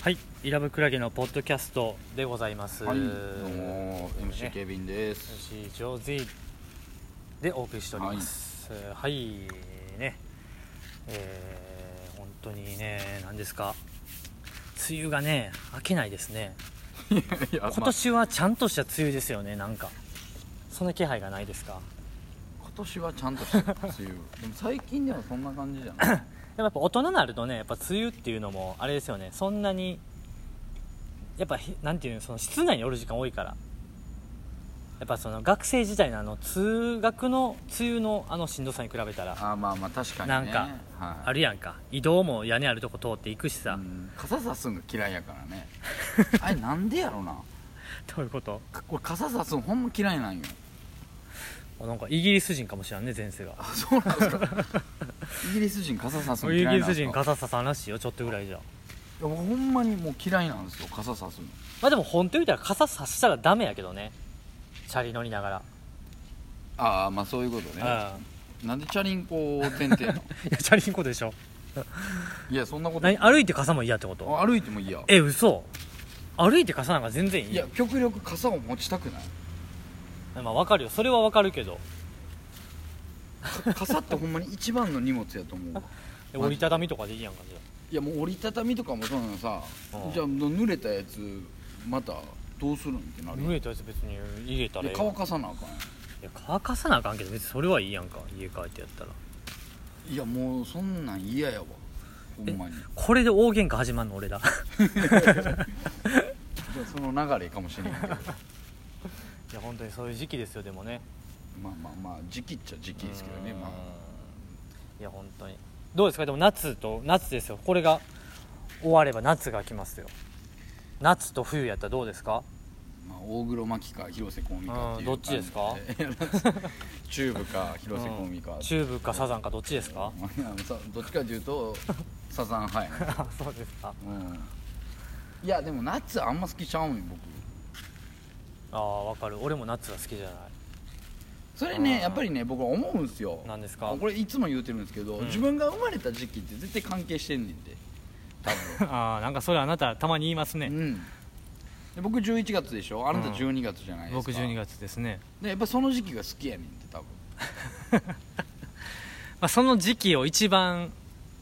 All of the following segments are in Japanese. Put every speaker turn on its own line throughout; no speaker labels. はい、イラブクラゲのポッドキャストでございます。
はい、どうも MC
ね
ケビンです、
MC ジョーズイでお送りしております。はい、ね、えー、本当にね、何ですか、梅雨がね、明けないですね。
いや
今
まあ
年はちゃんとした梅雨ですよね、なんか。そんな気配がないですか。
今年はちゃんとした梅雨 でも最近でもそんな感じじゃない
でもやっぱ大人になるとねやっぱ梅雨っていうのもあれですよねそんなにやっぱひなんていうのその室内におる時間多いからやっぱその学生時代のあの通学の梅雨のあのしんどさに比べたら
あーまあまあ確かにね
なんか
はい、
あるやんか移動も屋根あるとこ通っていくしさ、
うん傘さすんが嫌いやから ねあれなんでやろな
どういうこと
か俺傘さすんほんま嫌いなんよ
あなんかイギリス人かもしれんね前世が
あそうなんです かイギリス人傘さすん
イギ
嫌い
リ
なんで
ス
すか
人傘ささんらしいよちょっとぐらいじゃ
いやもうほんまにもう嫌いなんですよ傘さすの
まあでも本当言うたら傘さしたらダメやけどねチャリ乗りなが
ああまあそういうことね
ら、うん
なんでチャリンコを前提 なの
いやチャリンコでしょ
いやそんなこと
何歩いて傘も嫌ってこと
あ歩いてもいいや
え嘘歩いて傘なんか全然いい
いや極力傘を持ちたくない
まあわかるよそれはわかるけど
傘ってほんまに一番の荷物やと思うわ
で折りたたみとかでいいやんかじゃ
いやもう折りたたみとかもそうなのさ
うん
じゃあ濡れたやつまたどうするんってな
あ
る
濡れたやつ別に入れたら
で
ええやん
乾かさなあかんや
いや乾かさなあかんけど別にそれはいいやんか家帰ってやったら
んいやもうそんなん嫌やわほんまに
これで大喧嘩始まんの 俺ら
じゃあその流れかもしれ ないけど
いや本当にそういう時期ですよでもね
まあまあまあ時期っちゃ時期ですけどね
うん
まあ
いや本当にどうですかでも夏と夏ですよこれが終われば夏が来ますよ夏と冬やったらどうですか
まあ大黒摩季か広瀬香美かって いう
うんどっちですか
感じでチューブか広瀬香美か
うんチューブかサザンかどっちですか
いやさどっちかというとサザン派やね
あ そうですか
うんいやでも夏あんま好きちゃうんよ僕
ああわかる俺も夏は好きじゃない
それね
うん
やっぱりね僕は思うんすよ
何ですか
これいつも言うてるんですけど、
うん
自分が生まれた時期って絶対関係してんねんで多
ああなんかそれあなたたまに言いますね
分うんで僕11月でしょあなた
うん
12月じゃないです
僕
か、
12月ですね、
でやっぱその時期が好きやねんって多分
まあ、その時期を一番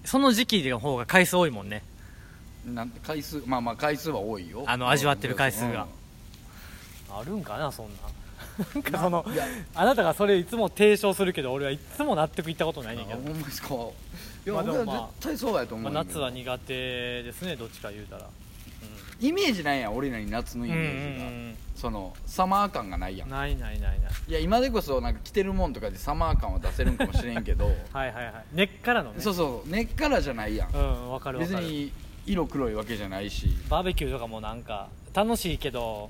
その時期の方が回数多いもんね
なんて回数まあまあ回数は多いよ
あの味わってる回数が
うん
あるんかなそんななんかその
いや
あなたがそれいつも提唱するけど俺はいつも納得いったことないねんけ
あ
ど
ほん、まですかいや、
まあでも
僕
まあ
は絶対そうやと思
ま
う
あ、
んやけ
夏
ど、
は苦手ですねどっちか言うたら
イメージないやん俺らに夏の
う
イ
ん
メ
うんう
ージが、
ん
そのサマー感がないや
うんんないないないない
いや今でこそなんか着てるもんとかでサマー感は出せるんかもしれん けど
はいはいはい根っからのね
そうそう根っからじゃないやん
うんわかるわ
別
かる
に色黒いわけじゃないし
バーベキューとかもなんか楽しいけど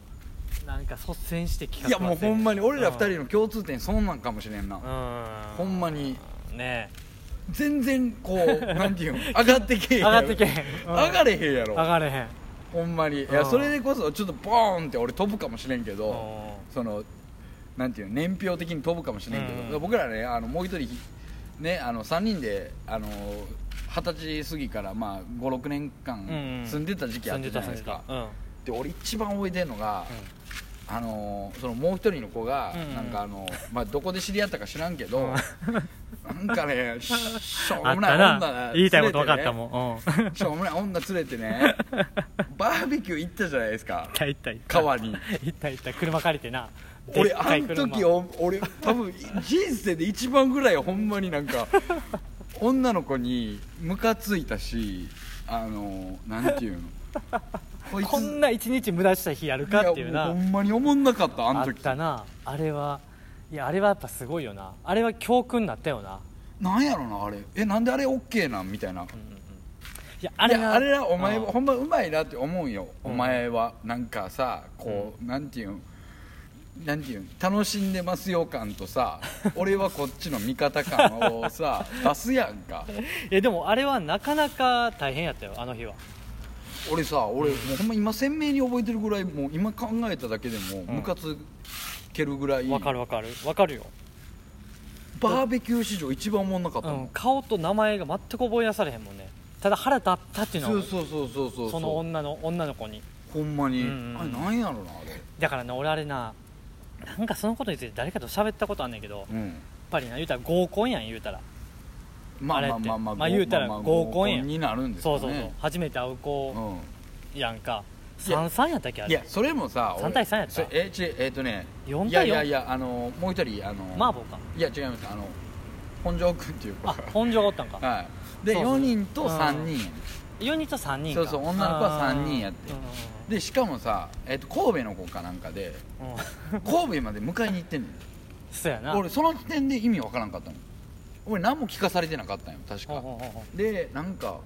なんか率先して企
いや
画
もうほんまに俺ら二人の共通点そんなんかもしれんな、
うん
ほんまに
ね
全然こう なんていうん上がってけえ
え
へ
上
ん
がっ
やろ
てけへん、うん
上がれへんやろ
上がれへん
ほんまにい
うん
やそれでこそちょっとボーンって俺飛ぶかもしれんけ
う
ど
ん
そのなんていうの年表的に飛ぶかもしれんけど、
うん
僕らねあのもう一人ねあの3人であの二十歳過ぎから、まあ、56年
うんう
間
ん
住んでた時期あったじゃないですか、
うん
で俺一番覚えてるのが、あのそのもう一人の子が、
うんうん
なんかあの、まあ、どこで知り合ったか知らんけど、なんかねししょう
あっ
も
た
ない
な
女
言いたいこと分かっ
連れて
た
ね
もん、うん
しょうもない女連れてねバーベキュー行ったじゃないですか
行った行った行った
川に
行った行った車借りてな
俺
でっ
あ
かい
の
車
時お俺多分人生で一番ぐらいほんまになんか女の子にムカついたしあのなんていうのこいつ
こんな一日無駄した日やるかっていう
や
な
もほんまに思んなかったあ
あ
の
っ
時
たなあれはいやあれはやっぱすごいよなあれは教訓になったよな、
なんやろなあれえなんであれオッケーなんみたいな
うんうんうんいやあれ
い
な
やあれらお前
うん
はほんまうまいなって思うんよ、
うん
お前はなんかさこう、なんていうんなんていうん楽しんでますよ感 とさ俺はこっちの味方感をさ出すやんか
いやでもあれはなかなか大変やったよあの日は
俺さ俺もうほんま今鮮明に覚えてるぐらいもう今考えただけでも
ん
ムカつけるぐらい、
わかるわかるわかるよ、
バーベキュー史上一番おもんなかった
う
もん、
ん、顔と名前が全く覚え出されへんもんねただ腹立ったっていうの
そ
は
うそうそうそうそう
その女の女の子に
ほんまに、
うんうん
あれなんやろなあれ
だからね俺あれななんかそのことについて誰かと喋ったことあんねんけどやっ
うん
ぱりな言うたら合コンやん言うたら
ま
あ
あ
れっ
ま
て
あまあまあ
まあ言うたら合コンや
になるんです
そ
よ
うそうそう
ね
初めて会う子やんか
いや
33やったっけあ
うんいや
れ
それもさ俺
三対三やった
それえちえっ、とね
4
いや
対
いやい
4
やあのもう一人あの
マーボーか
いや違いますあの本庄君っていう子
あ
が
本庄がおったんか
はいで
そうそう
4人と3人やね
4人と3人か
そうそう女の子は三人やって
うんうん
でしかもさ、えっと神戸の子かなんか で
うんうん
神戸まで迎えに行ってんのよ
そうやな
俺その時点で意味わからんかったの俺何も聞かされてなかったんよ確
ほん
か
ほんほんほん
でなんか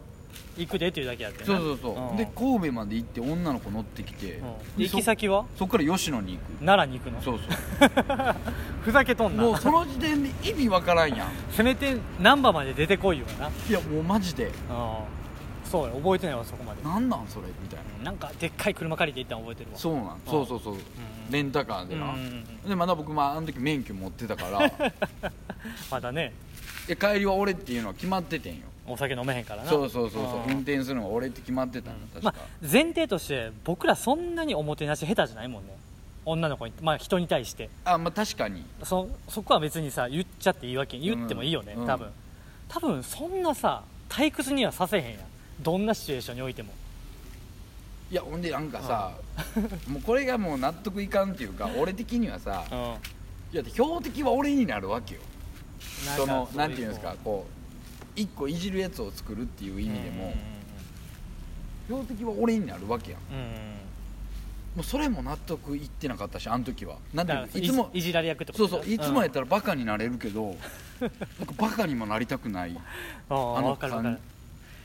行くでっていうだけやってな
そうそうそう、
ん
で神戸まで行って女の子乗ってきて、
うんで
で
行き先は
そそっから吉野に行く
奈良に行くの
そう そ
ふざけと
うん
な
もうその時点で意味わからんやん
せめて難波まで出てこいよない
やもうマジで
うんそうよ覚えてないわそこまで
なんなんそれみたいな
うんなんかでっかい車借りて行ったの覚えてるわ
そうなんそうそうそうレンタカーでな、
うんうんうん
でまだ僕まああの時免許持ってたから
まだね
で帰りは俺っていうのは決まっててんよ
お酒飲めへんからな
そうそうそうそう
うん
運転するのは俺って決まってたの確
まあ
か、
前提として僕らそんなにおもてなし下手じゃないもんね女の子にまあ人に対して
あまあ確かに
そそこは別にさ言っちゃっていいわけ言ってもいいよね、
うん
多
う
分
ん
多分そんなさ退屈にはさせへんやんどんなシチュエーションにおいても
いやほんでなんかさ もうこれがもう納得いかんっていうか俺的にはさ
うんなんか
いや標的は俺になるわけよその
う
なんていうんですかこう一個いじるやつを作るっていう意味でも標的は俺になるわけやん
うんうんうんうんうん
もうそれも納得いってなかったしあの時はなんて
だか
いう
ら
かいつも
いじられ役ってこ
そう
と
そういつもやったらバカになれる けど僕バカにもなりたくない
ああ
あの
分かる分かる
感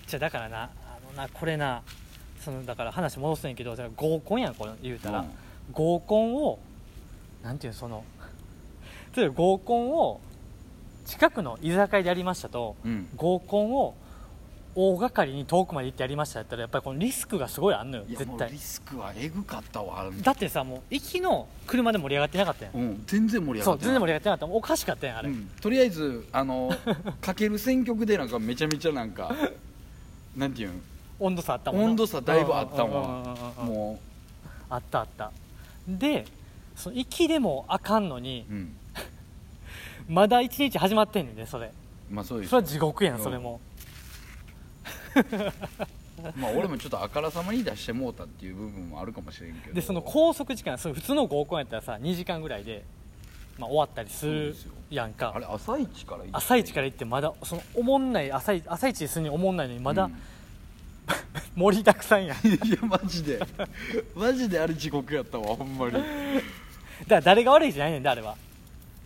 じゃあだからなあのなこれなそのだから話戻すんやけどだから合コンやんこれ言うたら、
うん
合コンをなんていうのその 例えば合コンを近くの居酒屋でやりましたと
うん
合コンを大掛かりに遠くまで行ってやりましたやったらやっぱりこのリスクがすごいあんのよ
いや
絶
もうリ
対
スクはえぐかったわあれ
だってさもう行きの車で盛り上がってなかったやん
うん全然盛り上
そ
が
う
って
全然盛り上
り
がってなかったおかしかったやんあれ、
とりあえずあの かける選曲でなんかめちゃめちゃなんかなんていうん
温度差あったもんな
温度差だいぶあった
うんうんうんうん
わ
うん
も
あったあったでその息でもあかんのに
ううん
まだ1日始まってんねんでそれ
まあそうです
それは地獄やん
うん
それも
まあ俺もちょっとあからさまに出してもうたっていう部分もあるかもしれんけど
でその拘束時間その普通の合コンやったらさ2時間ぐらいで、まあ、終わったりする
そうです
やんか
あれ朝一から行って
朝一から行ってまだそのおもんない朝い朝一するにおもんないのにまだ、
うん
盛りだくさんやんだか
いやマジでマジであれ地獄やったわほんまに
ら誰が悪いじゃないねんであれは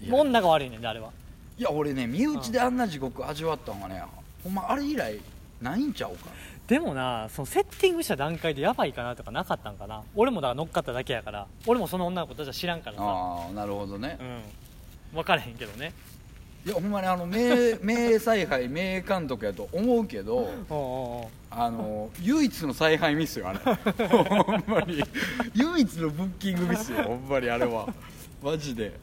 い
や
女が悪いねんであれはい
や俺ね身内であんな地獄味わったんがねほんまあれ以来ないんちゃうか
でもなそのセッティングした段階でやばいかなとかなかったんかな俺もだから乗っかっただけやから俺もその女の子たちは知らんからさ
ああなるほどね
うん分からへんけどね
いやほんまにあの名名采配名監督やと思うけど
おうおうおう
あの唯一の采配ミスよあれほんまに唯一のブッキングミスよほんまにあれはマジで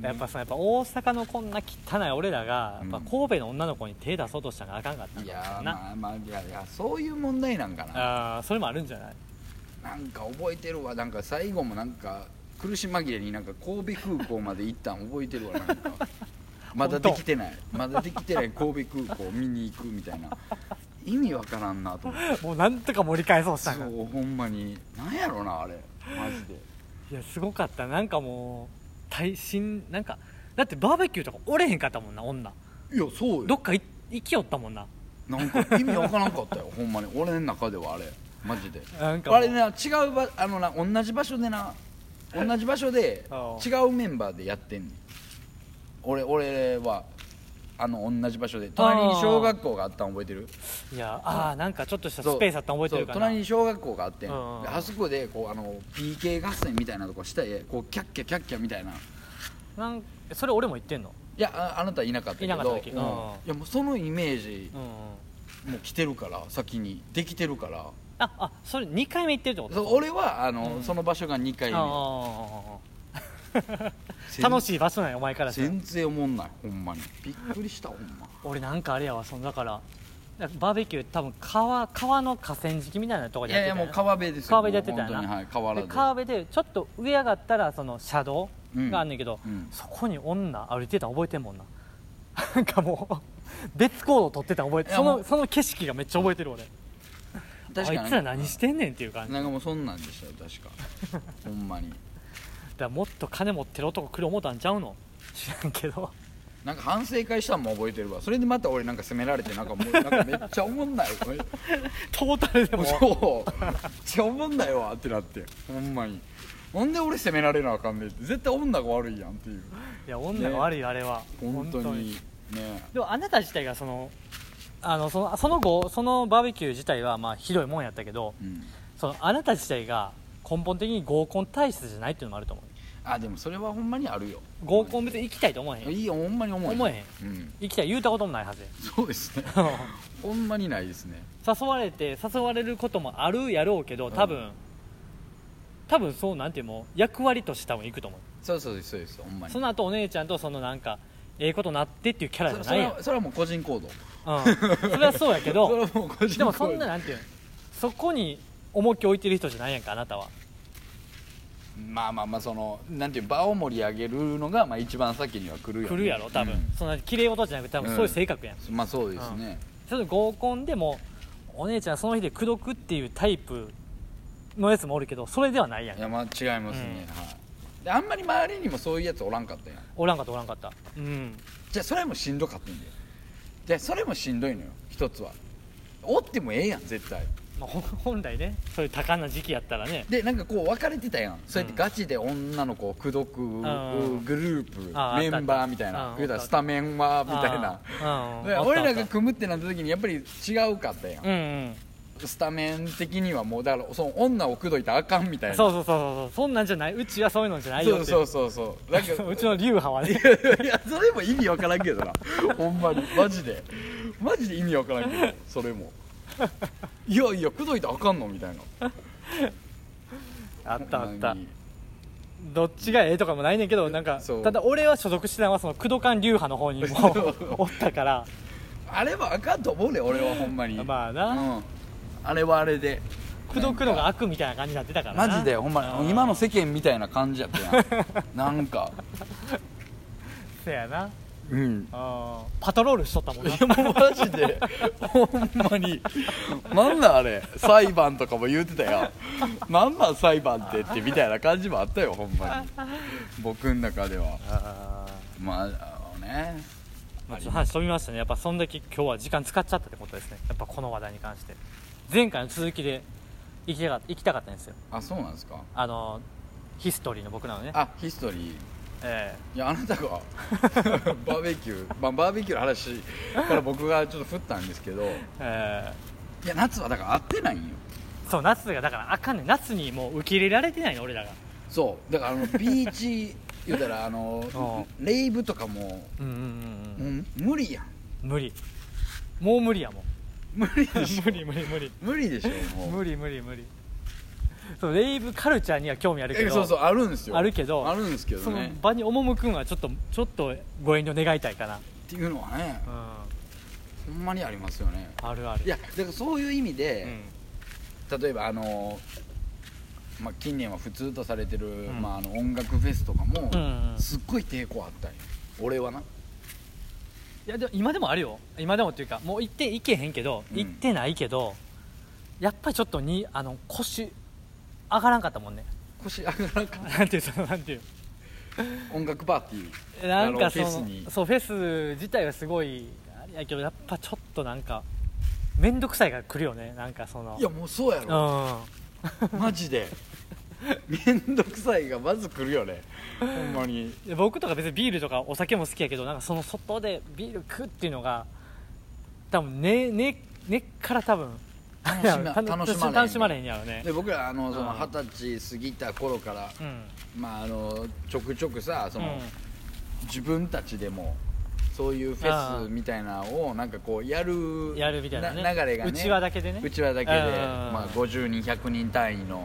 やっぱさやっぱ大阪のこんな汚い俺らがやっぱ神戸の女の子に手出そうとしたのがあかんかったん
い
だ
やー
な、
まあまあいやいやそういう問題なんかな
あーそれもあるんじゃない
なんか覚えてるわなんか最後もなんか苦し紛れになんか神戸空港まで行ったん覚えてるわな んかまだできてないまだできてない神戸空港見に行くみたいな意味わからんなと思って
もうなんとか盛り返そうしたん
そ
だ
うほんまになんやろなあれマジで
いやすごかったなんかもう耐震なんかだってバーベキューとか折れへんかったもんな女
いやそう
どっかい行きよったもんな
なんか意味わからんかったよほんまに俺の中ではあれマジで
なんかもう
あれな違うばあのな同じ場所でな同じ場所で
あ
違うメンバーでやってんねん俺俺はあの同じ場所で隣に小学校があったん覚えてる
いやあーなんかちょっとした
そう
スペースあったの覚えてるか
そう
な
隣に小学校があってん、
うん
であそこでこうあの PK 合戦みたいなとこしたいこうキャッキャキャッキャみたいな
なんそれ俺も言ってんの
いやああなたいなかったけど
いなかったっけ
うん
うん
いやもうそのイメージ
うん、うん、
もう来てるから先にできてるから
ああそれ2回目行ってるってこと
そう俺はあの、その場所が2回目
あー 楽しい場所なんやお前からしたら
全然おもんないほんまにびっくりしたほんま
俺なんかあれやわそのだからだからバーベキュー多分川川の河川敷みたいなところ
い
でやっ
や
てたよ
いやもう
ね
川辺ですよ
川辺でやってたよな
もう本当に、はい、河
で
原で
川辺でちょっと上上がったらその車道があんねんけど、
うん
そこに女歩いてたの覚えてんもんな なんかもう別行動取ってたの覚えて
いや
そ
も
の
う
その景色がめっちゃ覚えてる俺
確かに
あいつら何してんねんっていう感じだか
なんかもうそんなんでしたよ確かほんまに
らもっと金持ってる男来る思ったんちゃうの知らんけど
なんか反省会したんも覚えてるわそれでまた俺なんか責められてなんかもうなんかめっちゃおも んないこれ
トータルでも
そうめっちゃおもんないわってなってほんまになんで俺責められなあかんねんって絶対女が悪いやんっていう
いや女が悪いよあれは、
本当にね
でもあなた自体がそのあのそのその後そのバーベキュー自体はまあひどいもんやったけど
うん
そのあなた自体が根本的に合コン体質じゃないっていうのもあると思う
あでもそれはほんまにあるよ
合コン別に行きたいと思わへん
いいよほんまに思え
思え
へん、うん、
行きたい言うたこともないはずや
そうですねほんまにないですね
誘われて誘われることもあるやろうけど多分、
うん
多分そうなんていうのもう役割として多分行くと思う
そうそうですそうですほんまに
その後お姉ちゃんとそのなんかええことなってっていうキャラじゃ
そそ
ない
れ
やん
はそれはもう個人行
う
動
ん、それはそうやけ
それ
ど
はもう個人行動
でもそんななんていうのそこに重きを置いてる人じゃないやんかあなたは
まあまあまあそのなんていう場を盛り上げるのがまあ一番先には来るよ、ね、
来るやろ多分、
うん
そんな綺麗事じゃなくて多分そういう性格やん、
まあそうですね、
その合コンでもお姉ちゃんその日で口説くっていうタイプのやつもおるけどそれではないやん
いやまあ違いますね、はいであんまり周りにもそういうやつおらんかったやん
おらんかったおらんかったうん
じゃあそれもしんどかったんだよでそれもしんどいのよ一つはおってもええやん絶対
まあ、ほ本来ねそういう多感な時期やったらね
でなんかこう分かれてたやんそうやってガチで女の子を口説く
ん
グループ
ああった
メンバーみたい
あっ
な
た
言うたらスタメンはみたいな
あーうん
で
あった
俺ら
あ
が
った
組むってなった時にやっぱり違うかったやん
うんうん
スタメン的にはもうだからその女を口説いたらあかんみたいな
そうそうそうそうそんなんじゃないうちはそういうのじゃないよ
そ
っ
う
て
そうそうそうなん か
うちの流派は ね
いやそれも意味わからんけどな ほんまにマジでマジで意味わからんけどそれ もいやいや口説いたらあかんのみたいな
あったあった
何
どっちがええとかもないねんけどなんか
そう
ただ俺は所属してたのはその工藤館流派の方に もおったから
あれはあかんと思うね俺はほんまに
まあな
うん、あれはあれで
口説くのが悪みたいな感じになってたからな
マジでほんま
うん
に今の世間みたいな感じやったや んなんか
せやな
うん
うんパトロールしとったもん
い
な
やもうマジでほんまになんなんあれ裁判とかも言うてたやんなんなん裁判ってってみたいな感じもあったよほんまに僕の中では
あ
まああのね
ーまあちょっと話飛びましたねやっぱそんだけ今日は時間使っちゃったってことですねやっぱこの話題に関して前回の続きで行きたかった行きたかったんですよ
あそうなんですか
あのヒストリーの僕なのね
あヒストリー
え
いやあなたが バーベキュー、まあ、バーベキューの話から僕がちょっと振ったんですけど
ええ
いや夏はだから合ってないんよ
えそう夏がだからあかんねん夏にもう受け入れられてないの俺らが
そうだから あのビーチ言うたらあのレイブとかも
うんうんうん、
もう無理やん
うん、無理もう無理やもん
無理でし ょ
無理無理無理
無理でしょもう
無理無理無理そうレイブカルチャーには興味あるけ
え
ど
そうそうあるんですよ
あるけど
あるんですけど
その
ね
場に赴くんはちょっとちょっとご遠慮願いたいかな
っていうのはね
うん
ほんまにありますよね
あるある
いやだからそういう意味
う
で、
ん
例えばあのまあ、近年は普通とされてる、
ん
まあ、あの音楽フェスとかも、
うんうん
すっごい抵抗あったんよ俺はない
やでも今でもあるよ今でもっていうかもう行って行けへんけど、
うん
行ってないけどやっぱりちょっとにあの腰上がらんかったもんね
腰上がらんか
なんていうそのなんていう
音楽パーティー
なんか
あの
そ
フェ
の
スに
そうフェス自体はすごいあれやけどやっぱちょっとなんか面倒くさいが来るよねなんかその
いやもうそうや
う
ろ
ん
マジで めんどくさいがまず来るよねほんまに
で僕とか別にビールとかお酒も好きやけどなんかその外でビール食うっていうのが多分根、ねね根っから多分
楽しま楽し まれへん
楽しまれへんやろね
で僕らあのそ
う
の
ん
二十歳過ぎた頃から、
うん
まああのちょくちょくさその、
うん
自分たちでもそういうフェスみたいなのをなんかこうやる
やるみたいなね
流れがね
うちわだけでね
うちわだけで、
うん
まあ、50人100人単位の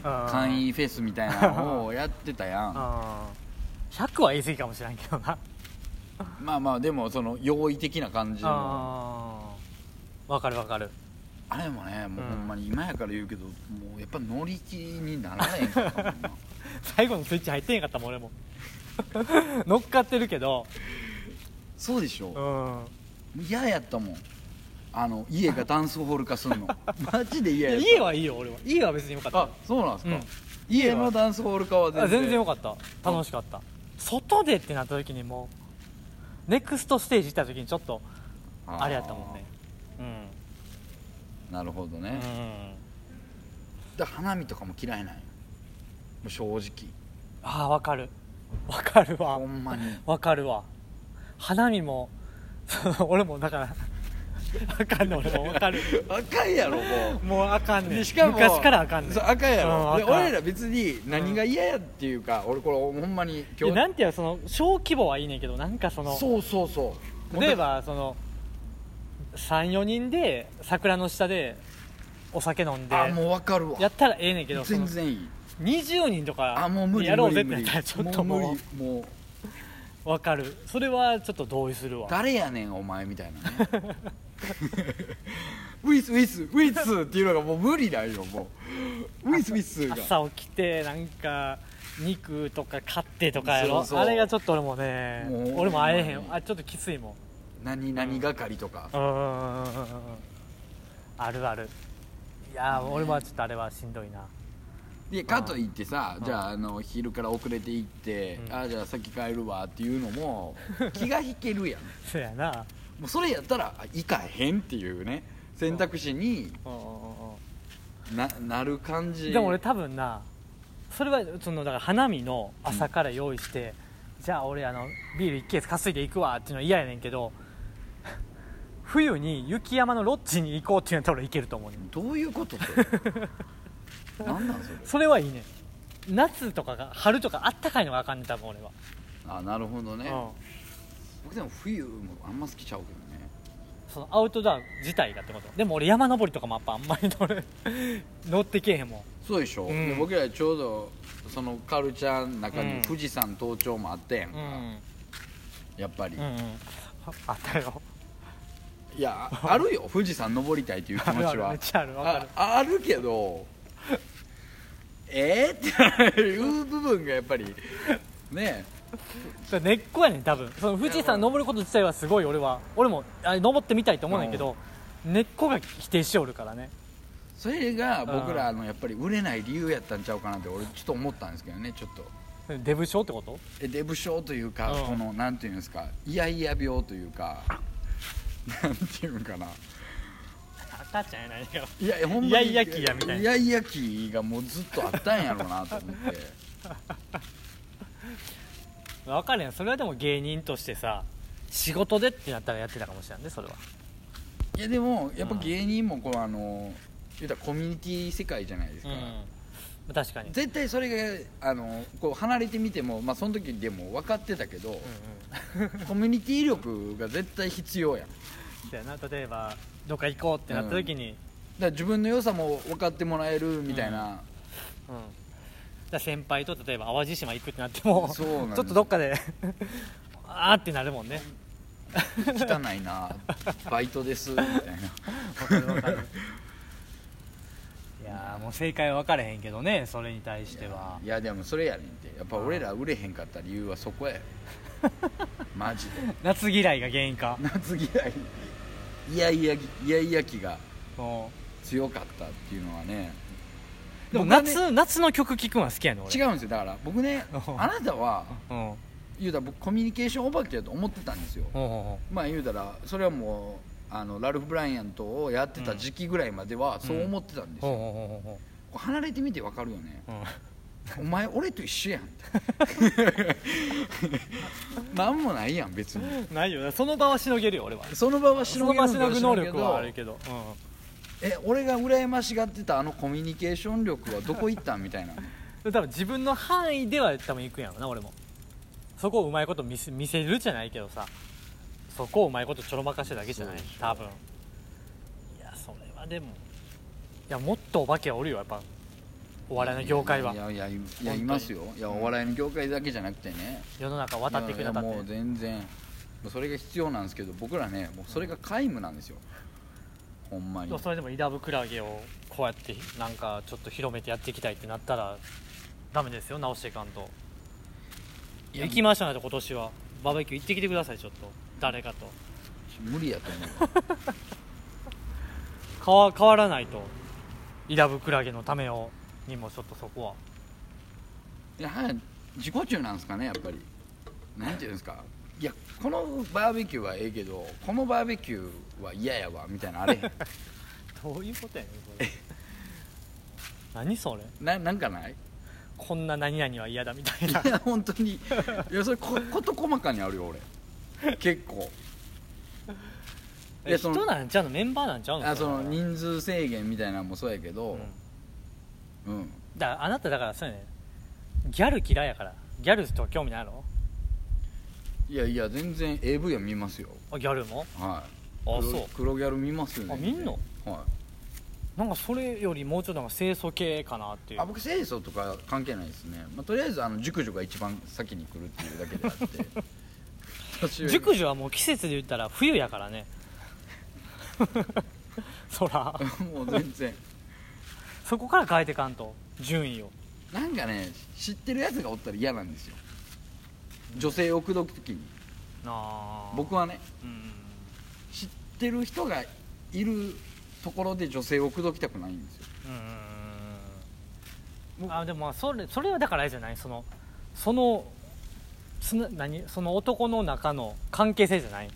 簡
簡易フェスみたいなのをやってたやん
100は言い過ぎかもしれんけどな
まあまあでもその用意的な感じの
ああわかるわかる
あれもねもううんほんまに今やから言うけど、もうやっぱ乗り気にならへんから な
最後のスイッチ入ってへんかったもん俺も 乗っかってるけど
そうでしょ、
う
も
ん
う嫌やったもんあの家がダンスホール化す んのマジで嫌やった
家はいいよ俺は家は別によかった
あそうなんですか、
うん
家のダンスホール化は全
あ
然
全然よかった楽しかった、外でってなった時にもうネクストステージ行った時にちょっと
ー
あれやったもんねうん
なるほどね、
うん
で花見とかも嫌いなんよもう正直
ああわかるわかるわ
ほん まに
わかるわ花見も その俺もだからあかんねん俺もわかる
赤いやろも
もうあかん
う
ねん
でしかも
昔からあかんねん
そう赤いやろ、
うん
で
あかん
俺ら別に何が嫌やっていうか、俺これほんまに
いやなんていうのその小規模はいいねんけどなんかその
そうそうそう
例えばその34人で桜の下でお酒飲んで
あもう分かるわ
やったらええねんけどそ
全
の
然いい
20人と
あ
か
もう無理
やろうぜって
無
な
理
った
無理
らちょっとも
も
う
う無理もう
分かるそれはちょっと同意するわ
誰やねんお前みたいなね ウィスウィスウィスっていうのがもう無理だよもうウィスウィスが
朝起きてなんか肉とか買ってとかや
そ
ろ
うそう
あれがちょっと俺もね
もう
俺も会えへ
ほんま
ん
に
あちょっときついもん
何々係とか、
うんうんうんうんうんあるあるいやー俺はちょっとあれはしんどいな
でかといってさ、
うん
じゃああの昼から遅れて行って、
うん
あじゃあ先帰るわっていうの も気が引けるやん
そやな
もうそれやったらあ行かへんっていうね選択肢に
うんうんうんうん
ななる感じ
でも俺多分なそれはそのだから花見の朝から用意して、じゃあ俺あのビール1ケース担いでいくわっていうのは嫌やねんけど冬に雪山のロッジに行こうっていうのは俺いけると思うねん
どういうことそれなんなんそれ
それはいいねん夏とかが春とかあったかいのがあかんねん多分俺は、
あなるほどね、
う
僕でも冬もあんま好きちゃうけどね
ん、そのアウトドア自体がってことでも俺山登りとかもやっぱあんまり乗れ乗ってけえへんもん
そうでしょ、
うん
で僕らちょうどそのカルチャーの中
うん
に富士山登頂もあったやんか、
うん
やっぱり、
うんうんああったよ
いやああるよ富士山登りたいという気
あ
持
るあ
ち
るめ
は
っちゃあるわかる
ああるけどえー、っていう部分がやっぱりね
それ根っこやねん多分その富士山登ること自体はすごい俺は俺もあれ登ってみたいと思うねんだけど、根っこが否定しおるからね
それが僕
あ
らのやっぱり売れない理由やったんちゃうかなって俺ちょっと思ったんですけどねちょっと
デブ症ってこと
えデブ症というか、
うん
このなんていうんですかいやいや病というか なんていうんかな
赤ちゃんやないから
いやほんまに
いやいや期やみたいない
やいや期がもうずっとあったんやろうなと 思って
分かるやんそれはでも芸人としてさ仕事でってなったらやってたかもしれんねそれはい
やでもやっぱ芸人もこうあの言うたらコミュニティ世界じゃないです
うん
か、
確かに、
絶対それがあのこう離れてみても、まあ、その時でも分かってたけど、コミュニティ力が絶対必要やんだか
そやな例えばどっか行こうってなった時に、
ら自分の良さも分かってもらえるみたいな、
うんじゃあ先輩と例えば淡路島行くってなっても
そうなんです
ちょっとどっかで あーってなるもんね
汚いなバイトですみたい
いやーもう正解は分かれへんけどねそれに対して
な
はい
やでもそれやねんってやっぱ俺ら売れへんかった理由はそ こやよマジで
夏嫌いが原因か
夏嫌いいやいやいやいや気が
も
強かったっていうのはね
うでも
僕はね
夏,、夏の曲聴くのは好きやねん俺
違うんですよだから僕 ねあなたは
うん
言うたら僕コミュニケーションお化けだと思ってたんですよ
ほうほ
まあ言うたらそれはもうあのラルフ・ブライアントをやってた時期ぐらいまではそう思ってたん
う
です
ほ
よ、
うほうほうほ
こう離れてみてわかるよね
うほう
お前俺と一緒やんってなんもないやん別に
うんないよなその場はしのげるよ俺は
その場はし
そ
の
の
げる
場
ん
し
だ
の
よ
ぐ能力はある
しの
けど、うん
げるけどえ俺が羨ましがってたあのコミュニケーション力はどこ行ったんみたいな
多分自分の範囲では多分行くんやろな俺もそこをうまいこと見せ見せるじゃないけどさそこをうまいことちょろまかしてるだけじゃない
そうでしょ
多分いやそれはでもいやもっとお化けはおるよやっぱお笑いの業界はい
やいやい
本
やいや
当に
いますよいやお笑いの業界だけじゃなくてね
世の中渡っていくにあたっ
や
て
やもう全然まあそれが必要なんですけど僕らねもうそれが皆無なんですよほんま
で
に
もそれでもイダブクラゲをこうやってなんかちょっと広めてやっていきたいってなったらダメですよ直していかんと
いや
行きましょうねと今年はバーベキュー行ってきてくださいちょっと誰かと
無理やと思うわ
変わ変わらないとイダブクラゲのためをにもちょっとそこはい
やはい自己中なんですかねやっぱりなんていうんですかいやこのバーベキューはええけどこのバーベキューは嫌やわみたいなの あれへん
どういうことやねんこれ何それ
ななんかない
こんな何々は嫌だみたいない
や本当にいやそれここと細かにあるよ俺結構 い
え
やそ
人
の
なんちゃうのメンバーなんちゃうの
あその
れ
人数制限みたいなのもそうやけ
う
ど
ん
うん、
だからあなただからそうやねギャル嫌いやからギャルと興味ないの
いやいや全然 AV は見ますよ
あギャルも
はい
あ
黒
そう
黒ギャル見ますよね
あ見んの
は
なんかそれよりもうちょっとなんか清楚系かなってい
いうあ僕清楚とか関係ないですね、まあ、とりあえずあの熟女が一番先に来るっていうだけであって 年上
熟女はもう季節で言ったら冬やからね そら
もう全然
そこから変えてかんと順位を
なんかね知ってるやつがおったら嫌なんですよ女性を口説く時に
なあ
僕はね
うん
知ってる人がいるところで女性を口説きたくないんですよ
うん
僕
あでもまあそれそれはだからあれじゃないそのそのつな何その男の中の関係性じゃない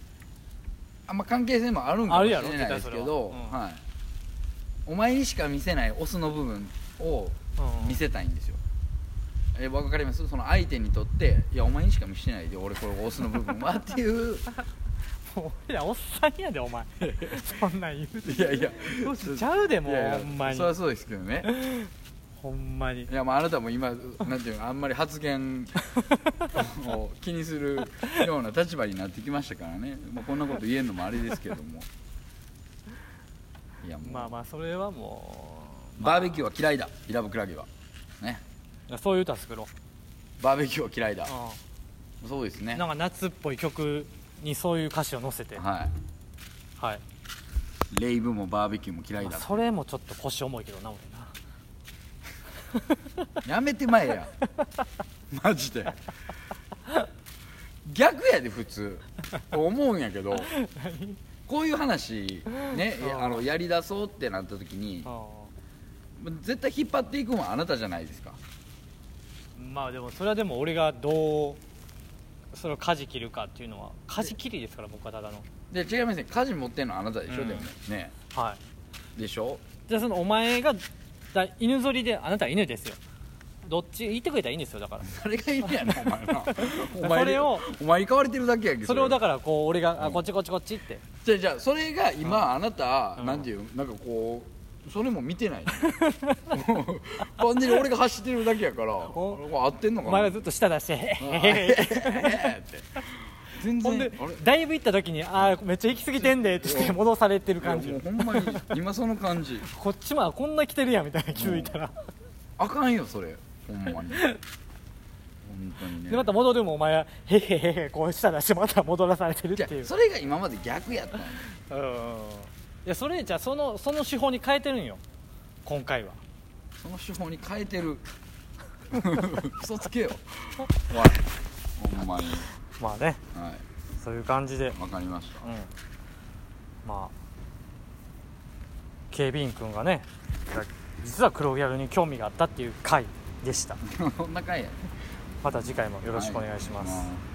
あんま関係性もあるんかもしれ
ある
な
や
い
ろ
ですけど、
絶対それはうん
はい、お前にしか見せないオスの部分を
うん
見せたいんですよ、え分かりますその相手にとっていやお前にしか見せないで俺これオスの部分はって いう
もう俺 らおっさんやでお 前そんなん言うて
いやいや
どうしちゃうでもう
いやいや
ほんまに
そりゃそうですけどね
ほんまに
いやまああなたも今なんていうのあんまり 発言を気にするような立場になってきましたからね、まあ、こんなこと言えるのもあれですけどもいやもう、
まあまあそれはもう
バーベキューは嫌いだイラブクラゲはね
まあそういう歌作ろう、
バーベキューは嫌いだ
う
そうですね
ん、なんか夏っぽい曲にそういう歌詞を載せては、
はいいレイブもバーベキューも嫌い
ま
だ
あそれもちょっと腰重いけどな俺な
やめてま えやマジで逆やで普通思うんやけどこういう話ね
うん
あのやりだそうってなった時に
う
絶対引っ張っていくのはあなたじゃないですか
んまあでもそれはでも俺がどうそれを舵切るかっていうのは舵切りですから僕はただの
で違いますね家事持ってんのはあなたでしょ、
うん
でもね
はい
でしょ
じゃあそのお前がだ犬ぞりであなたは犬ですよどっち言ってくれたらいいんですよだから
それが意味やねんお前な お
それを
お前に買われてるだけやけど
それをだ
ら
からこう俺が、あ
うん
こっちこっちこっちって
じゃあじゃあそれが今あなた、
うん
なんていうなんかこうそれも見てない 完全に俺が走ってるだけやから
お
これ合ってんの
お
かな
前がずっと舌出して
うんって全
ほん
然
で
あれ
だいぶ行った時にあーめっちゃ行き過ぎてんでって言って戻されてる感
い
じ
やもうほんまに今その感じ
こっちもあこんな来てるやんみたいな気づいたら
あかんよそれほんまに本当にね
でまた戻るもお前はへへへへこうしたらしてまた戻らされてるって
じゃあ
いう
それが今まで逆やったんよ
うんいやそれじゃあそのその手法に変えてるんよ今回は
その手法に変えてる嘘つけよおいほんまに
まあね
は
そういう感じで
いわかりました
うんまあ警備員君がね実は黒ギャルに興味があったっていう回でした
そんな回や
また次回もよろしくお願いします、
はい